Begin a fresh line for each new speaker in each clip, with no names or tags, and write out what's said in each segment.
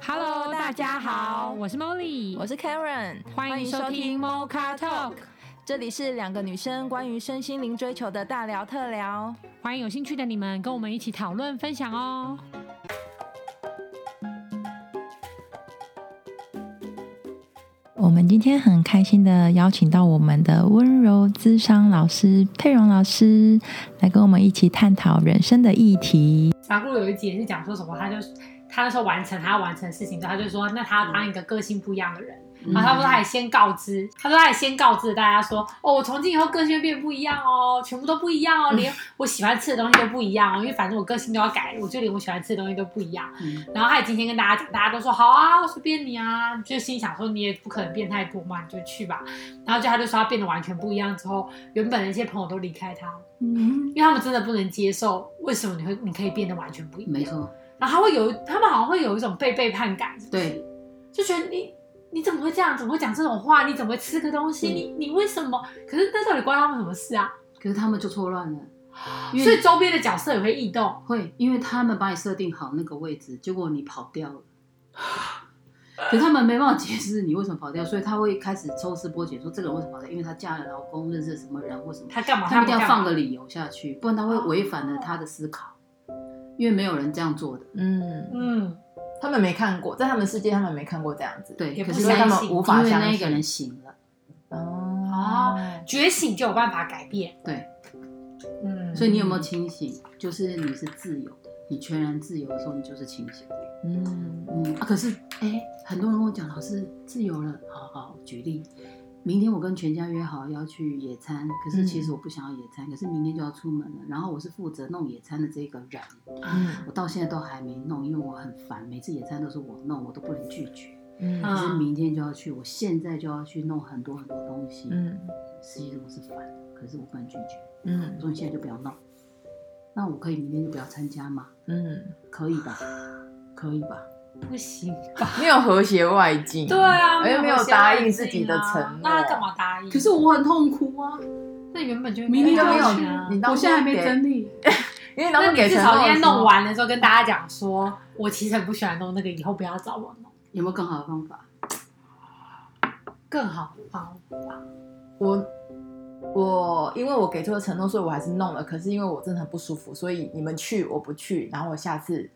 Hello，大家好，我是 Molly，
我是 Karen，
欢迎收听 Mocha Talk，
这里是两个女生关于身心灵追求的大聊特聊。
欢迎有兴趣的你们跟我们一起讨论分享哦。
我们今天很开心的邀请到我们的温柔智商老师佩蓉老师来跟我们一起探讨人生的议题。
达姑有一集也是讲说什么，他就他就说完成他要完成的事情之后，他就说那他要当一个个性不一样的人。然后他说他也先告知，他说他也先告知大家说，哦，我从今以后个性会变不一样哦，全部都不一样哦，连我喜欢吃的东西都不一样哦，因为反正我个性都要改，我就连我喜欢吃的东西都不一样。
嗯
然后他也今天跟大家讲，大家都说好啊，随便你啊，就心想说你也不可能变太多嘛，你就去吧。然后就他就说他变得完全不一样之后，原本的一些朋友都离开他，
嗯，
因为他们真的不能接受为什么你会你可以变得完全不一样。
没错，
然后他会有，他们好像会有一种被背叛感，
对，
就觉得你你怎么会这样？怎么会讲这种话？你怎么会吃个东西？
嗯
你你为什么？可是那到底关他们什么事啊？
可是他们就错乱了，因为
所以周边的角色也会异动。
会，因为他们把你设定好那个位置，结果你跑掉 了，可是他们没办法解释你为什么跑掉，所以他会开始抽丝剥茧，说这个人为什么跑掉，因为他嫁了老公，认识了什么人或什么，
他干嘛？
他一定要
干嘛
放个理由下去，不然他会违反了他的思考，因为没有人这样做的，
嗯，
嗯，
他们没看过，在他们世界，他们没看过这样子。，
对，
也
可
不
是
因为他
那
们无法
因为
相
那
信
一个人醒了，
哦，
觉醒就有办法改变。
对，
嗯，
所以你有没有清醒？就是你是自由的，你全然自由的时候，你就是清醒的。
嗯，
嗯啊，可是哎、很多人跟我讲，老师自由了，好好举例。明天我跟全家约好要去野餐，可是其实我不想要野餐，可是明天就要出门了。然后我是负责弄野餐的这个人，
嗯
我到现在都还没弄，因为我很烦，每次野餐都是我弄，我都不能拒绝。
嗯
可是
嗯
明天就要去，我现在就要去弄很多很多东西，
嗯
实际上我是烦的，可是我不能拒绝。我
嗯
说你现在就不要弄，那我可以明天就不要参加吗？
嗯，
可以吧？可以吧？
不行。
嗯
没有和谐外境。
对啊，
哎
而且没有
先
答
问
应自己的承诺
那他干嘛答应？
可是我很痛苦啊，
那原本就
明天
你
就
都没有
去啊，
你
我
当初
现在还没
给
整理。
因为当
那
初
你
给
至
承
少
诺
今
的
天
时
弄
候，
完了之后跟大家讲说，我其实很不喜欢弄那个，以后不要找我弄
有没有更好的方法？
更好的方法。
我我因为我给出了承诺，所以我还是弄了。可是因为我真的很不舒服，所以你们去我不去，然后我下次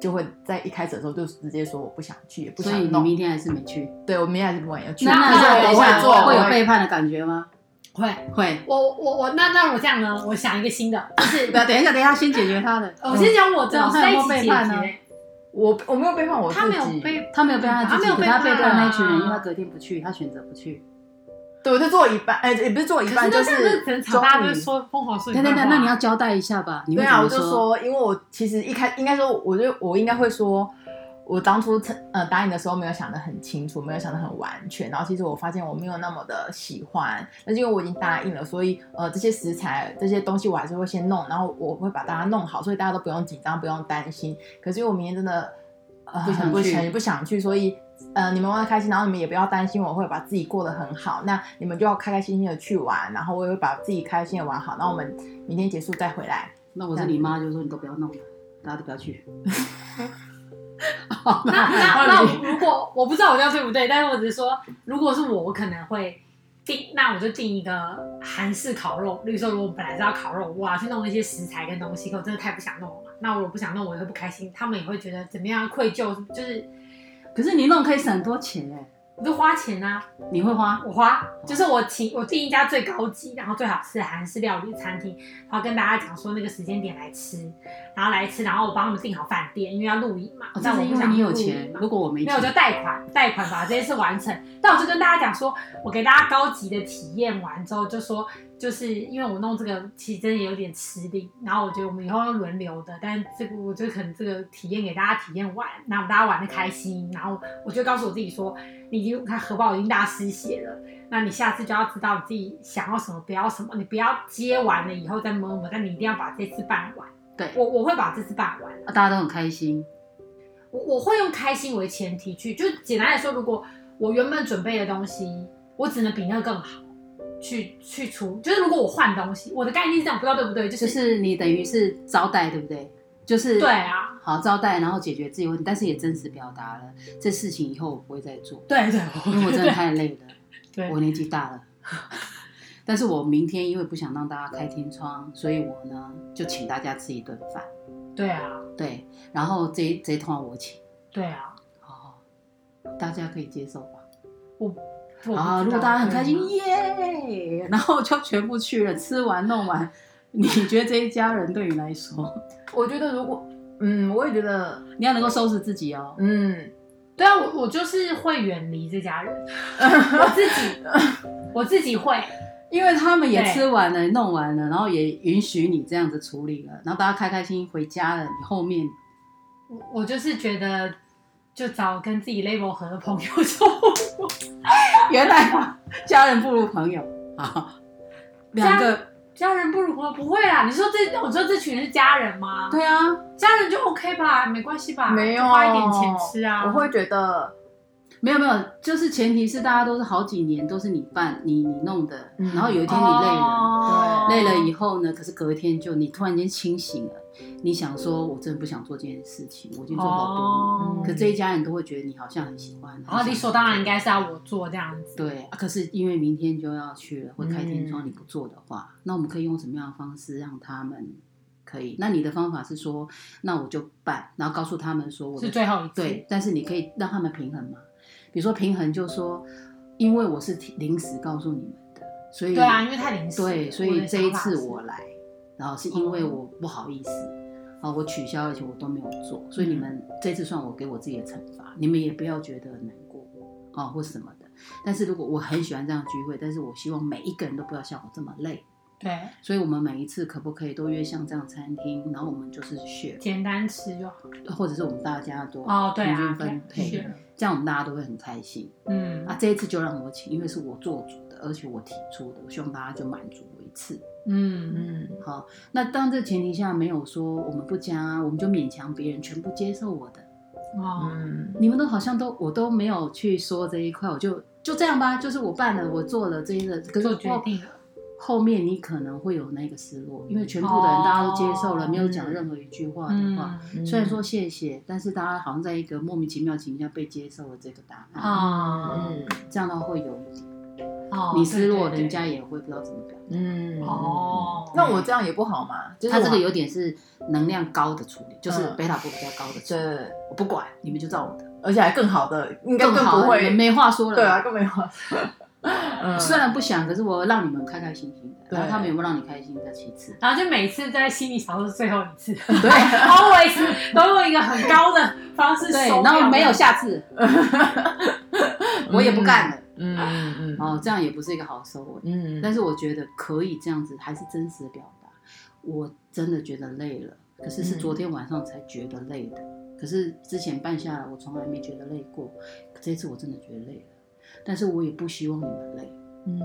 就会在一开始的时候就直接说我不想去，也不
所以
想
你
弄。
明天还是没去，
对，我明天还是不会要去。
那
可是我
那
等一下
我
做，
会
我
有
会
背叛的感觉吗？
会，
会。
我我我，那那我这样呢？我想一个新的，就是
那等一下，等一下，先解决他的。
我先讲我的，
嗯
啊我在一
那他有
起
没
解
有背叛呢
决。
我我没有背叛我自己，
他没有哦背，
他没有背叛他
他
自己，
没有
可
背
是
叛啊
他背叛那一群人，因为他隔天不去，他选择不去。
对，我就做一半，哎、也不是做一半，
可
就是
那这样
是
子整
终
场大家都
于
会说疯狂说你
等
坏
等
话。
等，那你要交代一下吧。你会
对
怎
啊，
么
我就
说，
说，因为我其实一开应该说，我就我应该会说，我当初承呃答应的时候没有想得很清楚，没有想得很完全，然后其实我发现我没有那么的喜欢，但是因为我已经答应了，所以呃这些食材这些东西我还是会先弄，然后我会把大家弄好，所以大家都不用紧张，不用担心。可是因为我明天真的、呃、
不想
不
去
想不想去，所以。呃，你们玩的开心，然后你们也不要担心，我会把自己过得很好。那你们就要开开心心的去玩，然后我也会把自己开心的玩好。然后我们明天结束再回来。
那我是你妈，就说你都不要弄了，大家都不要去。
那 那那我如果我不知道我这样对不对，但是我只是说，如果是我，我可能会定，那我就定一个韩式烤肉。例如说，如果我本来是要烤肉，我要去弄一些食材跟东西，可我真的太不想弄了嘛。那我不想弄，我也会不开心，他们也会觉得怎么样愧疚，就是
可是你弄可以省很多钱哎，
我就花钱啊，
你会花？
我花，就是我请我订一家最高级，然后最好吃的韩式料理餐厅，然后跟大家讲说那个时间点来吃，然后来吃，然后我帮他们订好饭店，因为要露营嘛。
哦，这
但我
是
不
因为
想
你有
露营
钱，
嘛
如果我没
没有，我就
钱，
贷款，贷款把这件事完成。但我就跟大家讲说，我给大家高级的体验完之后，就说就是因为我弄这个，其实真的有点吃力。然后我觉得我们以后要轮流的，但这个我觉得可能这个体验给大家体验完，然后大家玩的开心。然后我就告诉我自己说，你已经看荷包已经大失血了，那你下次就要知道你自己想要什么，不要什么，你不要接完了以后再摸摸，但你一定要把这次办完。
对
我我会把这次办完。
啊大家都很开心。
我我会用开心为前提去，就简单来说，如果我原本准备的东西，我只能比那个更好去去出，就是如果我换东西，我的概念是这样，不知道对不对？就、
就是是你等于是招待，对不对？就是
对啊，
好招待，然后解决自己问题，但是也真实表达了这事情以后我不会再做，
对对，
因为我真的 太累了，
对
我年纪 大了。但是我明天因为不想让大家开天窗，所以我呢就请大家吃一顿饭，
对啊，
对，然后这一这一通我请，
对啊，
哦，大家可以接受吧？
我
啊，
不知
如
道
果大家很开心
对，吗啊
耶， 然后就全部去了，吃完弄完，你觉得这一家人对你来说，
我觉得如果，嗯，我也觉得，
你要能够收拾自己哦。
嗯，
对啊，我我就是会远离这家 人，我自己我自己会，
因为他们也
对
吃完了、弄完了，然后也允许你这样子处理了，然后大家开开心心回家了。你后面
我我就是觉得就找跟自己 level 合的朋友就。
原来啊，家人不如 朋友啊，两个
家人不如朋友，不会啊啦。你说这，我说这群人是家人吗？，
对啊，
家人就 OK 吧，没关系吧，
没有
就花一点钱吃啊。
我会觉得，
没有没有，就是前提是大家都是好几年都是你办你你弄的，
嗯
然后有一
有
天你累了。
哦了
累了以后呢，可是隔天就你突然间清醒了，你想说，我真的不想做这件事情，我已经做好多
哦
年，可这一家人都会觉得你好像很喜欢，
然后理所当然应该是要我做这样子。
对、啊可是因为明天就要去了，会开天
嗯
窗，你不做的话，那我们可以用什么样的方式让他们可以？那你的方法是说，那我就办，然后告诉他们说我的
是最后一次。
对，但是你可以让他们平衡嘛，比如说平衡就说，因为我是临时告诉你们的，所以
对啊，因为太临时了。
对，所
我
以
的
这一
想法
次
是
我来，然后是因
嗯
为我不好意思，啊，我取消，而且我都没有做，所
嗯
以你们这次算我给我自己的惩罚，你们也不要觉得难过啊或什么的。但是如果我很喜欢这样聚会，但是我希望每一个人都不要像我这么累，
对
所以我们每一次可不可以都约像这样餐厅，然后我们就是选，
简单吃就好。
或者是我们大家都
哦，对
平
啊
均，分
对
配，
是
这样我们大家都会很开心
嗯
啊。这一次就让我请，因为是我做主的，而且我提出的，我希望大家就满足我一次。
嗯
嗯，
好，那当这前提下没有说我们不加啊，我们就勉强别人全部接受我的。
哦，
嗯，
你们都好像都我都没有去说这一块，我就就这样吧，就是我办了，我做了这一个，可是
嗯做
后
决定了。
后面你可能会有那个失落，因为全部的人大家都接受了，
哦
没有讲任何一句话的话，
嗯
虽然说谢谢，但是大家好像在一个莫名其妙情况下被接受了这个答案，
啊
嗯
这样的话会有一点
哦，
你失
对对
落，
对
人家也会不知道怎么表达。
嗯，
哦，
那我这样也不好嘛，就是
他这
我
个有点是能量高的处理，就是
嗯
贝塔波比较高的处理。
对，
我不管，你们就照我的，
而且还更好的，应该
好
不
了，你们
会，
没话说了。
对啊，，更没有。嗯
虽然不想，可是我让你们开开心心的，
对
然后他们有没有让你开心的其次。
然后就每次在心里想说最后一次
对
，always 都用一个很高的方式
对
收，
然
掉
后没有下次，我也不干了。
嗯嗯嗯
哦，这样也不是一个好收尾。
嗯，
但是
是
我觉得可以这样子，还是真实的表达。我真的觉得累了，可是是
嗯
昨天晚上才觉得累的。可是之前办下来，我从来没觉得累过，这次我真的觉得累了。但是我也不希望你们累，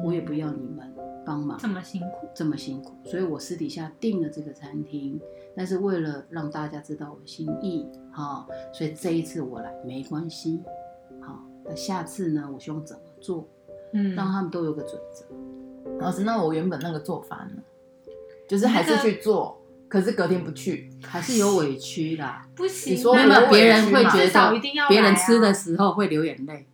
我也不要你们帮忙
这么辛苦。
这么辛苦，所以我私底下订了这个餐厅，但是为了让大家知道我的心意，哈、所以这一次我来没关系，好、那下次呢，我希望怎么做，
嗯，
让他们都有个准则。
老师，那我原本那个做法呢，就是还是去做，可是隔天不去。
嗯
还是有委屈 啦，
不行啊，
你说
没有没有，别人会觉
至少一
得
定要来啊
别人吃的时候会流眼泪，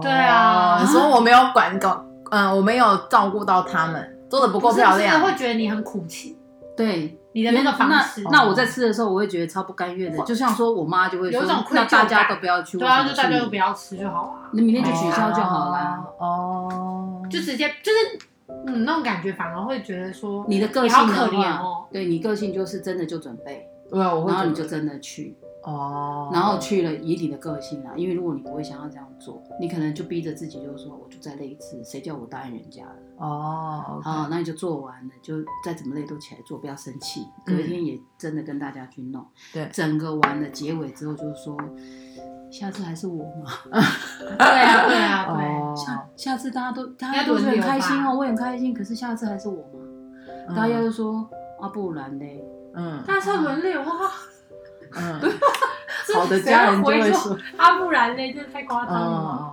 对啊
哦所以我没有管搞，嗯，我没有照顾到他们，做的不
不
够
是
漂
不是
亮
会。觉得你很苦情，
对。
你的那个方式，哦
那那我在吃的时候，我会觉得超不甘愿的，就像说我妈就会说，
有一种愧疚
那
感
大家都不要去，
对啊，就
为什
大
么是
家
你
就不要吃就好了，
你明天就取消就好啦。嗯
了。哦，
就直接就是嗯那种感觉，反而会觉得 说
你的个
好
性
可
的
怜
话，
哦，
对你个性就是真的就准备，
对，啊我会
然后
觉得
你就真的去，
哦，
然后去了以你的个性啊，因为如果你不会想要这样做，你可能就逼着自己就是说，我就再累一次，谁叫我答应人家了？
哦，
好，那你就做完了，就再怎么累都起来做，不要生气。隔
嗯
天也真的跟大家去弄，
对
整个完了结尾之后就是说，下次还是我嘛，
对啊对啊对，
哦
下，下次大家都大
应
家
该
都觉得
轮
很
流吧
开心哦，我也很开心，可是下次还是我嘛，大家就说啊，不然嘞，
哦嗯
但是要轮流啊哇，
嗯，
好
的家人就会
说啊，不然嘞，这太夸张了吧。
哦，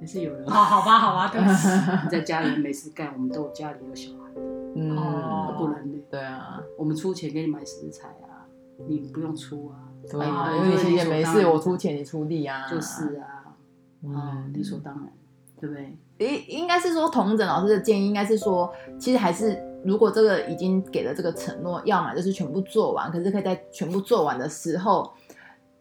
还是有人
哦，好吧，好吧，对不起。
你在家里没事干，我们都有家里有小孩，
嗯，
哦
不然呢？
对啊，
我们出钱给你买食材啊，你不用出啊，
对
哎
啊，
呀
因为
就是
其实也没
理所当
事，
然
我出钱，你嗯出力啊，
就是啊，啊，理所当然，对不对？
应应该是说，童整老师的建议应该是说，其实还是如果这个已经给了这个承诺，要么就是全部做完，可是可以在全部做完的时候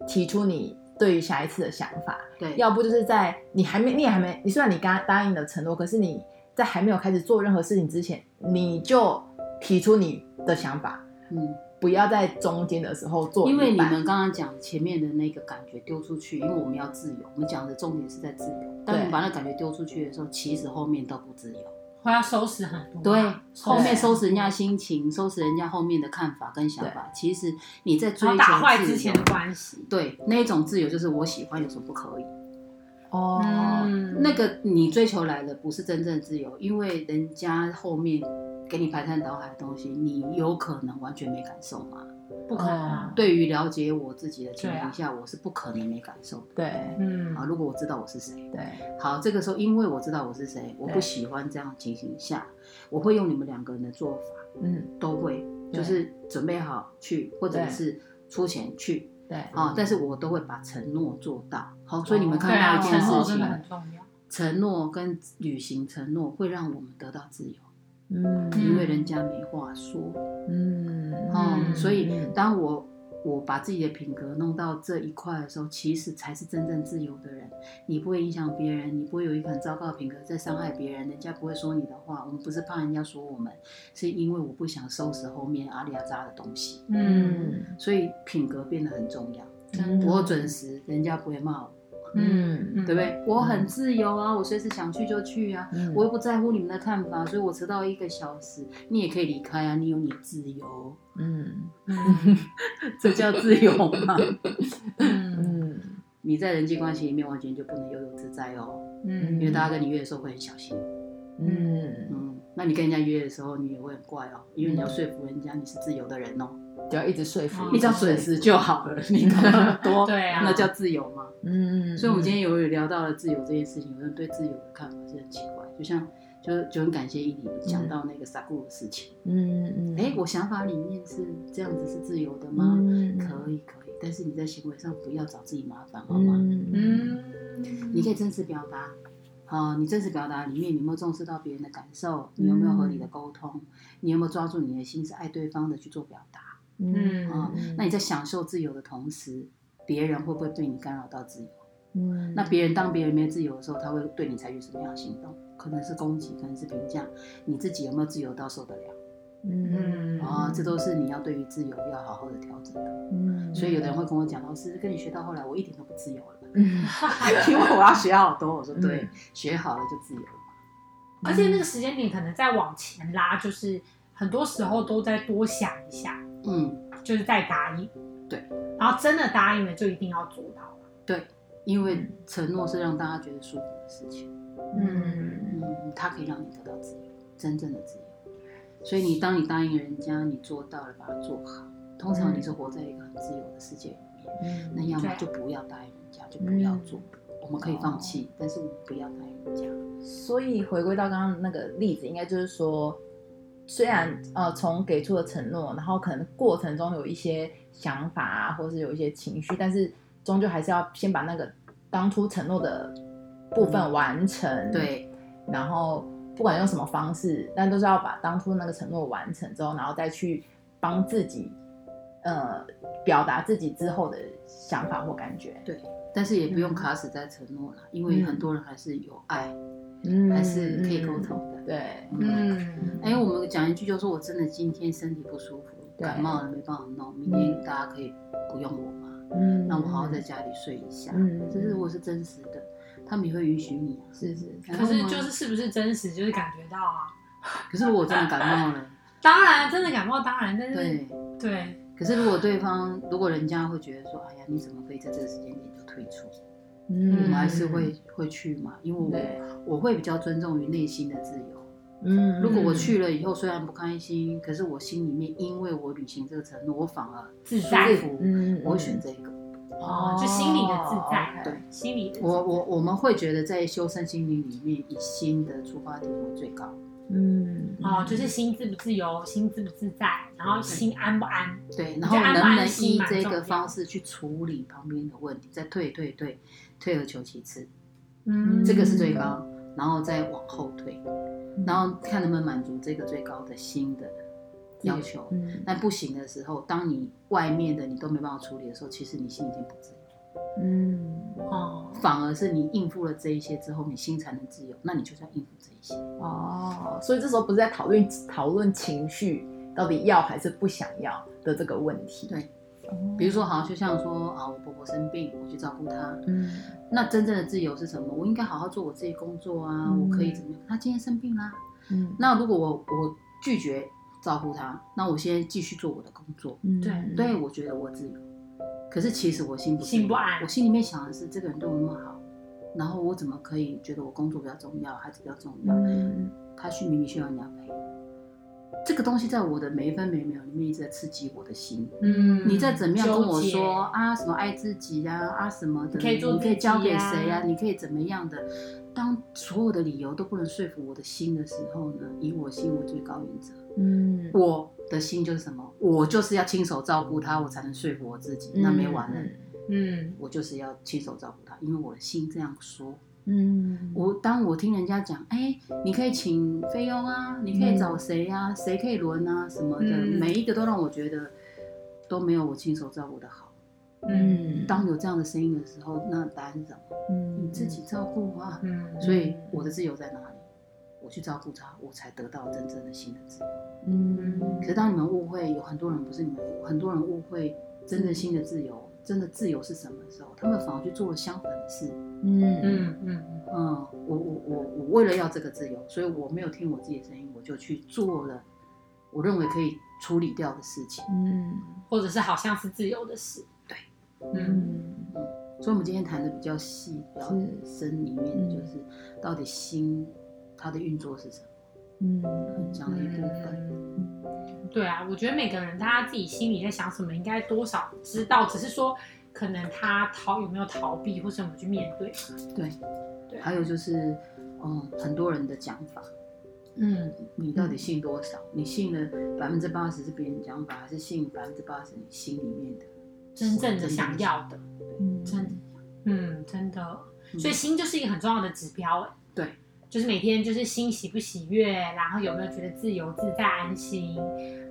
提出你对于下一次的想法，
对，
要不就是在你还没，你也还没，你虽然你刚答应了承诺，可是你在还没有开始做任何事情之前，你就提出你的想法，
嗯，
不要在中间的时候做一
因
半，
为你们刚刚讲前面的那个感觉丢出去，因为我们要自由，我们讲的重点是在自由。当我们把那感觉丢出去的时候，其实后面都不自由。
会要收拾很多，啊
对，后面收拾人家的
心，
心情，收拾人家后面的看法跟想法。其实你在追
然
求
后打坏
自由
之前的关系。
对那一种自由，就是我喜欢，有时候不可以。
哦，
嗯，
那个你追求来的不是真正的自由，因为人家后面给你排山倒海的东西，你有可能完全没感受嘛。
哦
不可能啊。
对于了解我自己的情
对啊
况下，我是不可能没感受的。
对
嗯
啊，如果我知道我是谁，
对
好，这个时候因为我知道我是谁，我不
对
喜欢这样的情形下，我会用你们两个人的做法，
嗯
都会，
对
就是准备好去，或者
对
是出钱去
对
啊，但是我都会把承诺做到。好，所以你们
哦
嗯
看
对啊，
到一件
承
事
诺真的
情
很，重要。
承诺跟履行承诺会让我们得到自由，
嗯
因为人家没话说。
嗯
嗯，所以
嗯
当我我把自己的品格弄到这一块的时候，其实才是真正自由的人。你不会影响别人，你不会有一个很糟糕的品格在伤害别人，人家不会说你的话。我们不是怕人家说我们，是因为我不想收拾后面阿里阿扎的东西。
嗯，
所以品格变得很重要。
真的
我准时，人家不会骂我，
嗯
嗯
对不对？我很自由啊，我随时想去就去啊，
嗯
我又不在乎你们的看法，所以我迟到一个小时，你也可以离开啊，你有你的自由。
嗯
嗯
这叫自由吗？
嗯
嗯
你在人际关系里面完全就不能悠游自在哦，因为
嗯，
大家跟你约的时候会很小心。
嗯，
嗯，那你跟人家约的时候，你也会很怪哦，因为你要说服人家你是自由的人哦，
就要一直说服
哦，
你只要准时就好了，你懂那么多，
对啊
嗯那叫自由吗？
嗯，嗯，
所以，我们今天有有聊到了自由这件事情，有人对自由的看法是很奇怪，就像就就很感谢伊犁讲到那个萨古的事情。
嗯嗯，
哎、我想法里面是这样子是自由的吗？
嗯
可以可以，但是你在行为上不要找自己麻烦，好吗？
嗯嗯
嗯，
你可以真实表达，啊、你真实表达里面你有没有重视到别人的感
嗯
受？你有没有合理的沟通？你有没有抓住你的心是爱对方的去做表达？
嗯
啊、
嗯
那你在享受自由的同时，别人会不会对你干扰到自由？
嗯
那别人当别人没自由的时候，他会对你采取什么样的行动？可能是攻击，可能是评价，你自己有没有自由到受得了？
嗯
啊、这都是你要对于自由要好好的调整的。
嗯
所以有的人会跟我讲，老师跟你学到后来，我一点都不自由了，
嗯
因为我要学好多。我说对，
嗯
学好了就自由了。
而且那个时间点可能再往前拉，就是很多时候都再多想一下，
嗯，
就是再答应。
对，
然后真的答应了就一定要做到。
对，因为承诺是让大家觉得舒服的事情。
嗯
嗯，它可以让你得到自由，真正的自由。所以你当你答应人家，你做到了，把它做好，通常你是活在一个很自由的世界里面。那要么就不要答应人家，就不要做。我们可以放弃，但是我们不要答应人家。
所以回归到刚刚那个例子，应该就是说，虽然呃从给出的承诺，然后可能过程中有一些想法啊，或是有一些情绪，但是终究还是要先把那个当初承诺的部分完成。，
对，
然后不管用什么方式，但都是要把当初那个承诺完成之后，然后再去帮自己呃表达自己之后的想法或感觉。
但是也不用卡死在承诺了，因为很多人还是有爱，
嗯
还是可以沟通。的。
对，
嗯，
嗯
哎，我们讲一句，就是我真的今天身体不舒服，
对
感冒了没办法弄，明天大家可以不用我嘛，
嗯
让我好好在家里睡一下。
嗯
这是我是真实的，他们也会允许你啊。
是是是
可是就是是不是真实，就是感觉到啊。
可是如果我真的感冒 了，
当然，真的感冒当然，但是
对。
对
可是如果对方，如果人家会觉得说，哎呀，你怎么可以在这个时间点就退出？
嗯
我们还是会会去嘛，因为
对
我我会比较尊重于内心的自由。
嗯，
如果我去了以后，虽然不开心，可是我心里面因为我履行这个承诺，我反而
自
舒
在
服，
嗯，
我会选这个。
哦，就心里的自在，
哦
对
心里的自在
我我我们会觉得在修身心灵里面，以心的出发点为最高。
嗯，
哦，就是心自不自由，心自不自在，然后心安不安，
对，然后
安不
能不能
安心
依
蛮
这
重
个
要
方式去处理旁边的问题，再退退退，退而求其次，
嗯，
这个是最高，然后再往后退，然后看能不能满足这个最高的新的要求。
嗯
那不行的时候，当你外面的你都没办法处理的时候，其实你心已经不自由，
嗯，
哦，
反而是你应付了这一些之后，你心才能自由。那你就是要应付这一些。
哦，所以这时候不是在讨论讨论情绪到底要还是不想要的这个问题。
对
哦，
比如说，好，就像说啊，我婆婆生病，我去照顾她。
嗯
那真正的自由是什么？我应该好好做我自己工作啊，
嗯
我可以怎么样？她今天生病啦、
嗯，
那如果我我拒绝照顾她，那我先继续做我的工作。
嗯
对
对，我觉得我自由。可是其实我心不自由
心不安
我心里面想的是这个人对我那么好，然后我怎么可以觉得我工作比较重要，孩子比较重要？
嗯
他去明明需要人家陪。这个东西在我的每一分每一秒里面一直在刺激我的心。
嗯，
你再怎么样跟我
纠结
说啊什么爱自己呀啊什么的，
你可以做啊
你可以
自己
交给
呀
谁呀、你可以怎么样的？当所有的理由都不能说服我的心的时候呢，以我心为最高原则。
嗯
我的心就是什么？我就是要亲手照顾他，我才能说服我自己。那没完了，
嗯，
我就是要亲手照顾他，因为我的心这样说。
嗯，
我当我听人家讲，哎、你可以请菲佣啊，你可以找谁啊，谁可以轮啊什么的，
嗯
每一个都让我觉得都没有我亲手照顾的好。
嗯
当有这样的声音的时候，那答案是什么？
嗯
你自己照顾啊。
嗯，
所以我的自由在哪里？我去照顾他，我才得到真正的新的自由。
嗯
可是当你们误会，有很多人不是你们，很多人误会真正新的自由，真的自由是什么的时候，他们反而去做了相反的事。
嗯
嗯嗯
嗯，我我我我为了要这个自由，所以我没有听我自己的声音，我就去做了我认为可以处理掉的事情。
嗯
嗯，或者是好像是自由的事，
对，
嗯
嗯
所以我们今天谈的比较细、比较深里面
嗯
的，就是到底心它的运作是什么，
嗯
很讲了一部分。
嗯对啊，我觉得每个人他自己心里在想什么，应该多少知道，只是说可能他逃有没有逃避，或者有没有去面对。
对，
对
还有就是，嗯，很多人的讲法，
嗯，
你到底信多少？你信了百分之八十是别人讲法，还是信百分之八十你心里面的
真正的想要的，
嗯
真的，嗯，真的，
嗯
所以心就是一个很重要的指标、哎，
对，
就是每天就是心喜不喜悦，然后有没有觉得自由自在、安心，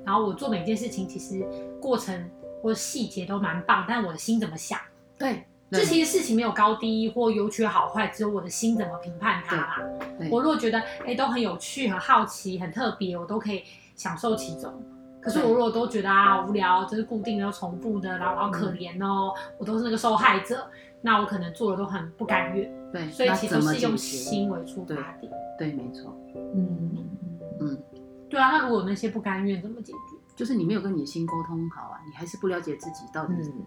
然后我做每件事情，其实过程或细节都蛮棒，但我的心怎么想？
对，
这其实事情没有高低或优缺好坏，只有我的心怎么评判它啦。
对
我如果觉得哎、诶都很有趣、很好奇、很特别，我都可以享受其中。可是
对
我如果都觉得啊无聊，就是固定的、重复的，然后好
嗯
可怜哦，我都是那个受害者，那我可能做的都很不甘愿。
对，
所以
那
其实
怎么
是用
解决
心为出发点。
对，没错，
嗯
嗯，
对啊，那如果有那些不甘愿怎么解决？
就是你没有跟你的心沟通好啊，你还是不了解自己到底。
嗯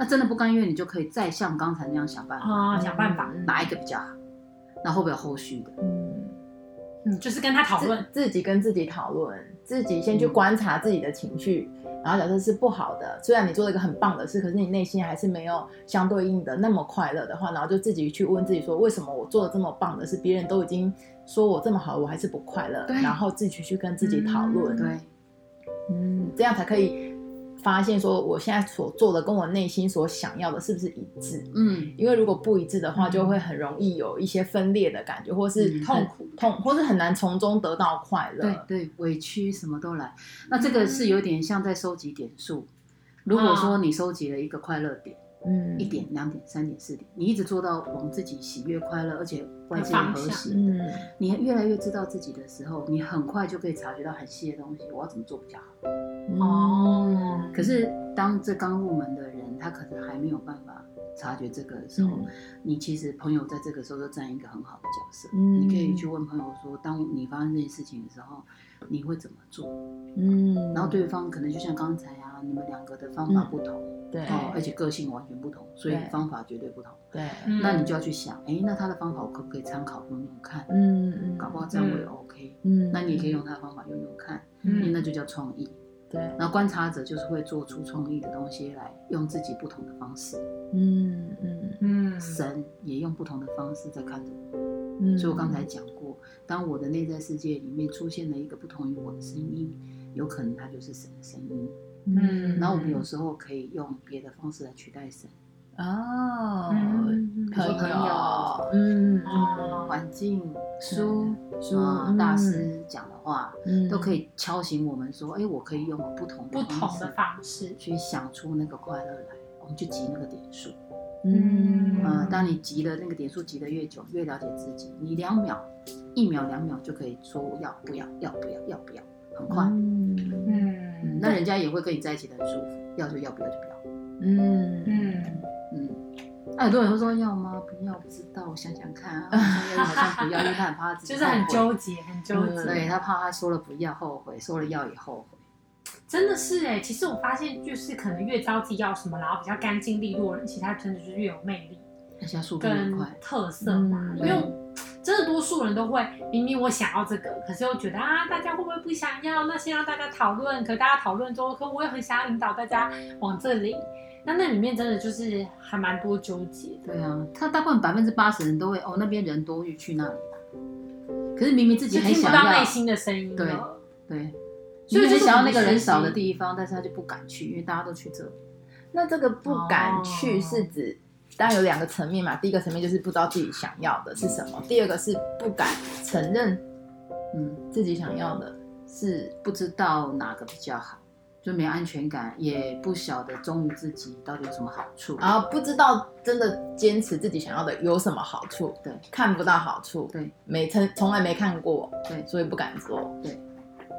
那真的不甘愿，你就可以再像刚才那样想办
哦
法，
啊、想办法，
哪一个比较好，那会不会有后续的？
嗯，
嗯，就是跟他讨论
自。自己跟自己讨论，自己先去观察自己的情绪，然后假设是不好的，虽然你做了一个很棒的事，可是你内心还是没有相对应的那么快乐的话，然后就自己去问自己说，为什么我做的这么棒的事，别人都已经说我这么好，我还是不快乐，
对
然后自己去跟自己讨论，
对，
嗯，这样才可以发现说我现在所做的跟我内心所想要的是不是一致。
嗯，
因为如果不一致的话，
嗯
就会很容易有一些分裂的感觉，或是
嗯
很
痛苦
痛，或是很难从中得到快乐。
对对，委屈什么都来。那这个是有点像在收集点数。如果
哦
说你收集了一个快乐点，
嗯
一点、两点、三点、四点，你一直做到往自己喜悦、快乐，而且关系
方
和
向
谐，
嗯
你越来越知道自己的时候，你很快就可以察觉到很细的东西，我要怎么做比较好。
哦，
嗯可是当这刚入门的人，他可能还没有办法察觉这个的时候，
嗯
你其实朋友在这个时候就占一个很好的角色。
嗯
你可以去问朋友说，当你发生这件事情的时候，你会怎么做？
嗯
然后对方可能就像刚才啊，你们两个的方法不同，
对
哦，而且个性完全不同，所以
对
方法绝对不同。
对
嗯
那你就要去想，哎，那他的方法我可不可以参考用用看？
嗯
搞不好这样我也 OK。
嗯
那你也可以用他的方法用用看，
嗯
那就叫创意。
对
然后观察者就是会做出创意的东西来，用自己不同的方式。
嗯嗯
嗯，
神也用不同的方式在看着我，
嗯
所以我刚才讲过，当我的内在世界里面出现了一个不同于我的声音，有可能它就是神的声音。
嗯
然后我们有时候可以用别的方式来取代神，
嗯哦，
嗯
朋
朋
友
友，
嗯
啊
哦，
环境、书、
书
啊
嗯
大师讲的话，
嗯
都可以敲醒我们说，哎，我可以用不同
不
的方
同
式
的方式，
去想出那个快乐来，我们去集那个点数。
嗯
呃，当你集了那个点数集得越久，越了解自己，你两秒、一秒、两秒就可以说我要不要、要不要、要不要，很快。
嗯
嗯，
那人家也会跟你在一起的很舒服，要就要，不要就不要。
嗯
嗯，
嗯，那很多人会说要吗？不要，不知道，我想想看 啊。好像好像不要，因为他很怕自己
就是很
后悔
纠结，很纠
嗯
结，
对他怕他说了不要后悔，说了要也后悔。
真的是哎。其实我发现，就是可能越知道自己要什么，然后比较干净利落的人，其实他真的就是越有魅力
那下速度很
跟
快，
特色嘛。
嗯
因为我真的多数人都会，明明我想要这个，可是又觉得啊，大家会不会不想要？那先让啊大家讨论，可大家讨论之后，可我也很想要引导大家往这里。那那里面真的就是还蛮多纠结的。
对啊，他大部分百分之八十人都会哦，那边人多，就去那里吧。可是明明自己
就
很
听不
想
到
要
内，心的声音了。
对，
所以就
明明
是
很想要
我们
那个人
学习
少的地方，但是他就不敢去，因为大家都去这里。
那这个不敢去
哦
是指，当然有两个层面嘛。第一个层面就是不知道自己想要的是什么，第二个是不敢承认
嗯，
自己想要的是，
不知道哪个比较好，就没有安全感，也不晓得忠于自己到底有什么好处。
啊
然后不知道真的坚持自己想要的有什么好处，
对
看不到好处，
对，
没从从来没看过，
对
所以不敢做，
对，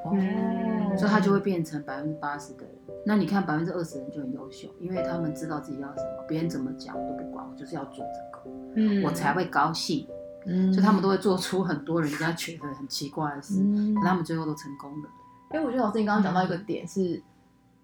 哦
嗯
所以他就会变成百分之八十的人。那你看百分之二十人就很优秀，因为他们知道自己要什么，别人怎么讲我都不管，我就是要做这个，
嗯
我才会高兴。
嗯
所以他们都会做出很多人家觉得很奇怪的事，
嗯
可他们最后都成功了。
因为我觉得老师你刚刚讲到一
嗯
个点是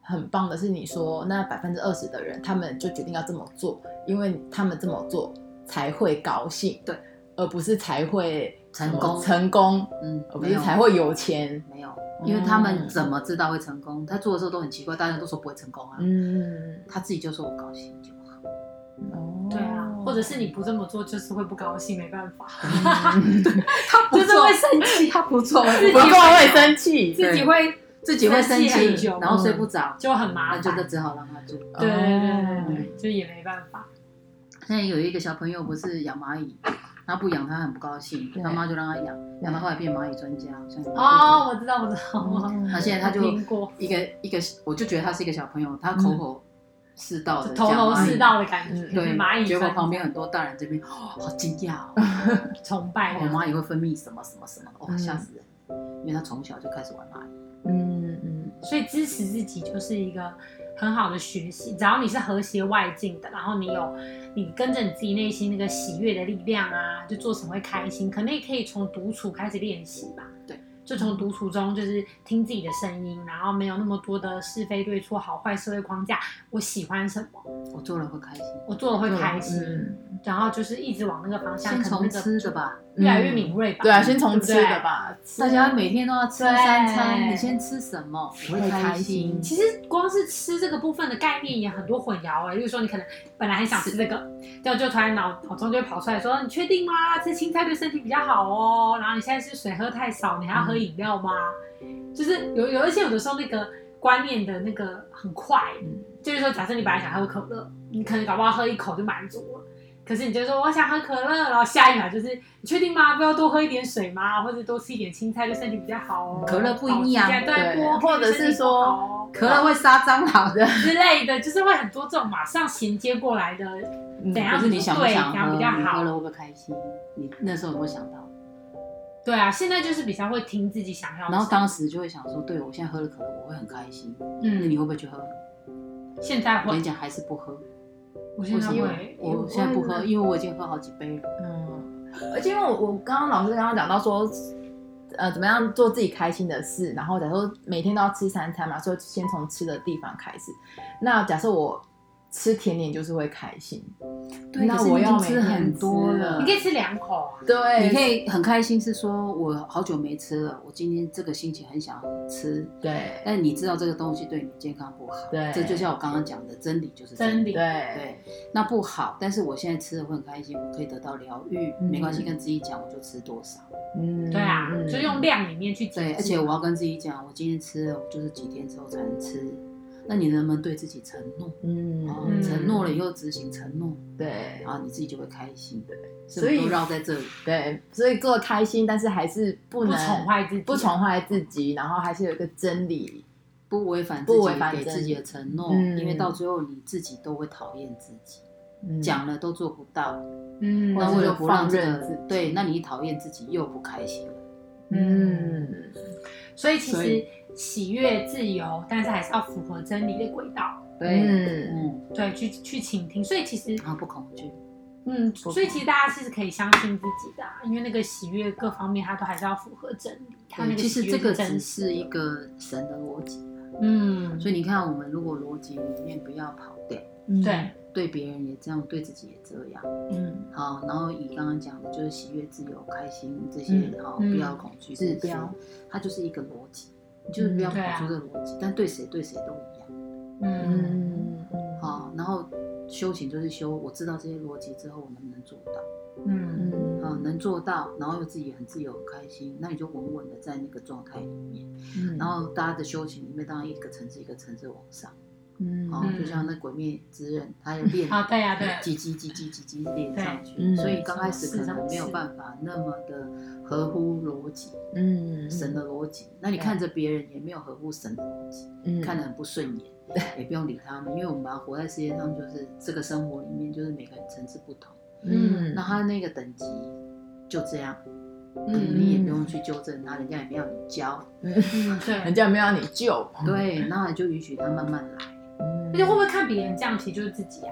很棒的，是你说那百分之二十的人他们就决定要这么做，因为他们这么做才会高兴，
对，
而不是才会
成功
什么成功，
嗯
哦
而，不
没
是
有
才会有钱，
没有，因为他们怎么知道会成功？他做的时候都很奇怪，大家都说不会成功啊，
嗯，
他自己就说我高兴就好。嗯
哦
对啊，或者 是你不这么做，就是会不高兴，没办法，
他
就是会生气，
他不做，
自己啊
不够会生气，
自己会
自己会生
生气很
气，
久
然后睡不着，
就很麻
那
烦。
就只好让他做。
对对
哦
对对对，就也没办法。
现在有一个小朋友不是养蚂蚁，他不养他很不高兴，
对
他妈就让他养，养到后来变蚂蚁专家，像你
哦，我知道，我知道，我
嗯
那现在他就
听过嗯
一个一个，我就觉得他是一个小朋友，他口口是道的，
头头是道的感觉，
嗯
对，
蚂蚁
结果
分
旁边很多大人这边哦好惊讶哦，
崇拜
哦
的，
蚂蚁会分泌什么什么什么，哦
嗯
吓死人，因为他从小就开始玩蚂蚁，
嗯嗯
所以支持自己就是一个很好的学习。只要你是和谐外境的，然后你有你跟着你自己内心那个喜悦的力量啊，就做什么会开心，可能也可以从独处开始练习吧。
对，
就从独处中就是听自己的声音，然后没有那么多的是非对错、好坏、社会框架。我喜欢什么，
我做了会开心，
我做了会开心，
嗯，
然后就是一直往那个方向，
先
可能
从
那个
吃的吧，嗯
越来越敏锐吧。
对啊，先从
对不
吃
对
的吧，
大家每天都要吃
对
三餐，你先吃什么，我
会
会
开
开
心
心。
其实光是吃这个部分的概念也很多混淆哎、欸，例如说你可能本来很想吃这个，结果就突然脑脑中就会跑出来说，你确定吗？吃青菜对身体比较好哦。然后你现在是水喝太少，你还要
嗯
喝饮料吗？就是有有一些有的时候那个观念的那个很快，
嗯
就是说假设你本来想喝可乐，你可能搞不好喝一口就满足了。可是你就说我想喝可乐，然后下一秒就是你确定吗？不要多喝一点水吗？或者多吃一点青菜对身体比较好哦。
可乐不营养
保持
对
对，不 OK，
或者是
身体不
说
好哦
可乐会杀蟑螂的，
之类的，就是会很多这种马上衔接过来的。
嗯
怎样
可是你想不想
对这样
喝？
比较好
你喝了会不会开心？你那时候有没有想到？
对啊，现在就是比较会听自己想要的。
然后当时就会想说，对我现在喝了可乐，我会很开心。那
嗯，
你会不会去喝？
现在
我跟
会
你，讲，还是不喝。
我现
为
在
什么
会？，
我现在不喝，因为我已经喝好几杯了。
嗯，而且因为我我刚刚老师刚刚讲到说，呃，怎么样做自己开心的事，然后假如说每天都要吃三餐嘛，所以先从吃的地方开始。那假设我吃甜点就是会开心。
对，
那
可是
我
你已
要
经吃
每天
很
吃
多
了
了，
你可以吃两口啊。
对
你可以很开心，是说我好久没吃了，我今天这个心情很想吃，
对
但你知道这个东西对你健康不好，
对
这就像我刚刚讲的真理就是
真
理，
理，
对
对，那不好，但是我现在吃的会很开心，我可以得到疗愈，
嗯
没关系，跟自己讲我就吃多少，
嗯
对啊，
嗯
就用量里面去解
对，而且我要跟自己讲，我今天吃了，我就是几天之后才能吃，那你能不能对自己承诺？
嗯
哦
嗯
承诺了以后执行承诺，
对
然后你自己就会开心，对，
所以
都绕在这里，
对，所以做开心，但是还是不
不
能
宠坏自己，
不宠坏自己，然后还是有一个真理。
不违反
不
自
违
己
反
给自
真
己
理
的承诺，
嗯
因为到最后你自己都会讨厌自己，
嗯
讲了都做不到，
嗯，
那
或者
为
是
了不让这
放任自己
个对，那你一讨厌自己又不开心了，
嗯，
所以其
所
实
以
喜悦、自由，但是还是要符合真理的轨道，
嗯
嗯，
对，去去倾听。所以其实，
然后不恐惧，
嗯，
不
所以其实大家是可以相信自己的啊、因为那个喜悦各方面，它都还是要符合真理。它那
对，
个
其实
喜悦
这个
是真
只
实的
是一个神的逻辑，
嗯，
所以你看，我们如果逻辑里面不要跑掉，
嗯
对，
对别人也这样，对自己也这样，
嗯
好，然后以刚刚讲的就是喜悦、自由、开心这些，
嗯
好，
嗯
不要恐惧
指
这些
标，
它就是一个逻辑，你就是不要跑
嗯
对啊
出这个逻辑，但对谁对谁都一样。
嗯，
嗯嗯
好，然后修行就是修，我知道这些逻辑之后，我能不能做到？
嗯，
嗯
啊，能做到，然后又自己很自由、很开心，那你就稳稳的在那个状态里面。
嗯
然后大家的修行里面，当然一个层次一个层次往上。
嗯
哦，就像那《鬼灭之刃》，他有 练
啊，对呀，对，
几级几级几级练上
对
去，所以刚开始
嗯
可能没有办法那么的合乎逻辑，
嗯
神的逻辑。那你看着别人也没有合乎神的逻辑。
嗯
看得很不顺眼，也不用理他们，因为我们把它活在世界上，就是这个生活里面，就是每个人层次不同，
嗯
那他那个等级就这样，
嗯
你也不用去纠正他，人家也没有你教，
嗯，
人
对。
家没有让你救，
对，那你就允许他慢慢来。
嗯
而且会不会看别人这样，其实就是自己啊。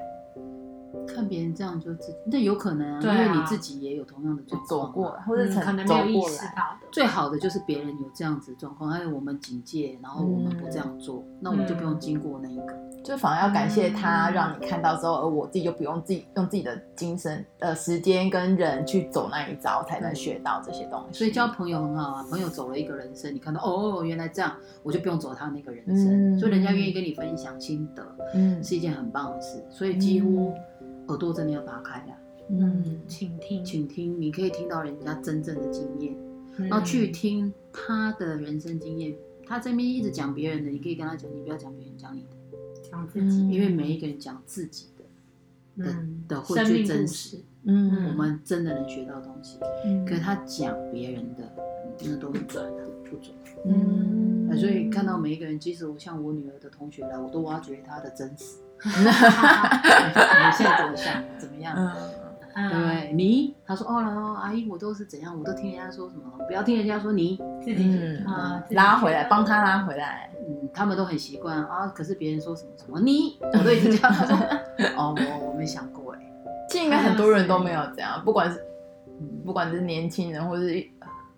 看别人这样就自己，那有可能啊，
对啊
因为你自己也有同样的状况啊
走过。，或者
嗯，可能没有
走
意
过
识
来，
到的，
最好的就是别人有这样子的状况，还有我们警戒，然后我们不这样做，
嗯
那我们就不用经过那一个。
就反而要感谢他，
嗯
让你看到之后，而哦我自己就不用自己用自己的精神、呃时间跟人去走那一招，才能学到这些东西。
所以交朋友很好啊，朋友走了一个人生，你看到哦，原来这样，我就不用走他那个人生，
嗯
所以人家愿意跟你分享心得，
嗯
是一件很棒的事。所以几乎耳朵真的要打开啊，
嗯
倾听，
请听，你可以听到人家真正的经验，
嗯
然后哦去听他的人生经验。他这边一直讲别人的，你可以跟他讲，你不要讲别人，讲你的，
讲自己，
因为每一个人讲自己的
嗯
的会
生
最
命故
真
事
实，，
嗯
我们真的能学到东西。
嗯
可是他讲别人的，嗯那都很准，不准。
嗯
啊所以看到每一个人，即使我像我女儿的同学来，我都挖掘她的真实。 哎你现在怎么想？怎么样？
嗯
嗯
对不对？你，她说哦，然后阿姨，我都是怎样，我都听人家说什么，不要听人家说你。
自己
嗯
啊自己
拉回来，帮他拉回来，
嗯，他们都很习惯啊，可是别人说什么什么你，我都已经这样。她说 哦，我我没想过哎，
其实应该很多人都没有这样，不管是嗯不管是年轻人，或是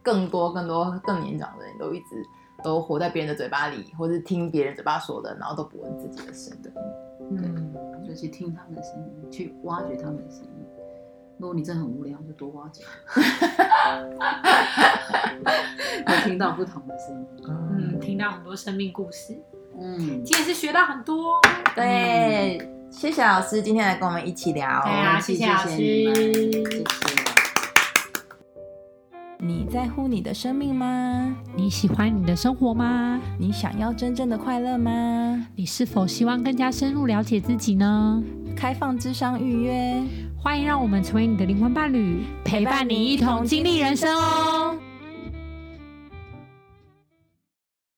更多更多更年长的人，都一直都活在别人的嘴巴里，或是听别人嘴巴说的，然后都不问自己的声音。
嗯，
所以去听他们的声音，去挖掘他们的声音。如果你真的很无聊，就多挖掘， 会听到不同的声音。
嗯，听到很多生命故事，
嗯，
今天是学到很多。哦
对，谢谢老师今天来跟我们一起聊。
对啊，谢
谢
谢
谢
老
你们
师。
谢谢。
你在乎你的生命吗？
你喜欢你的生活吗？
你想要真正的快乐吗？
你是否希望更加深入了解自己呢？
开放智商预约，
欢迎让我们成为你的灵魂伴侣，陪伴你一同经历人生哦。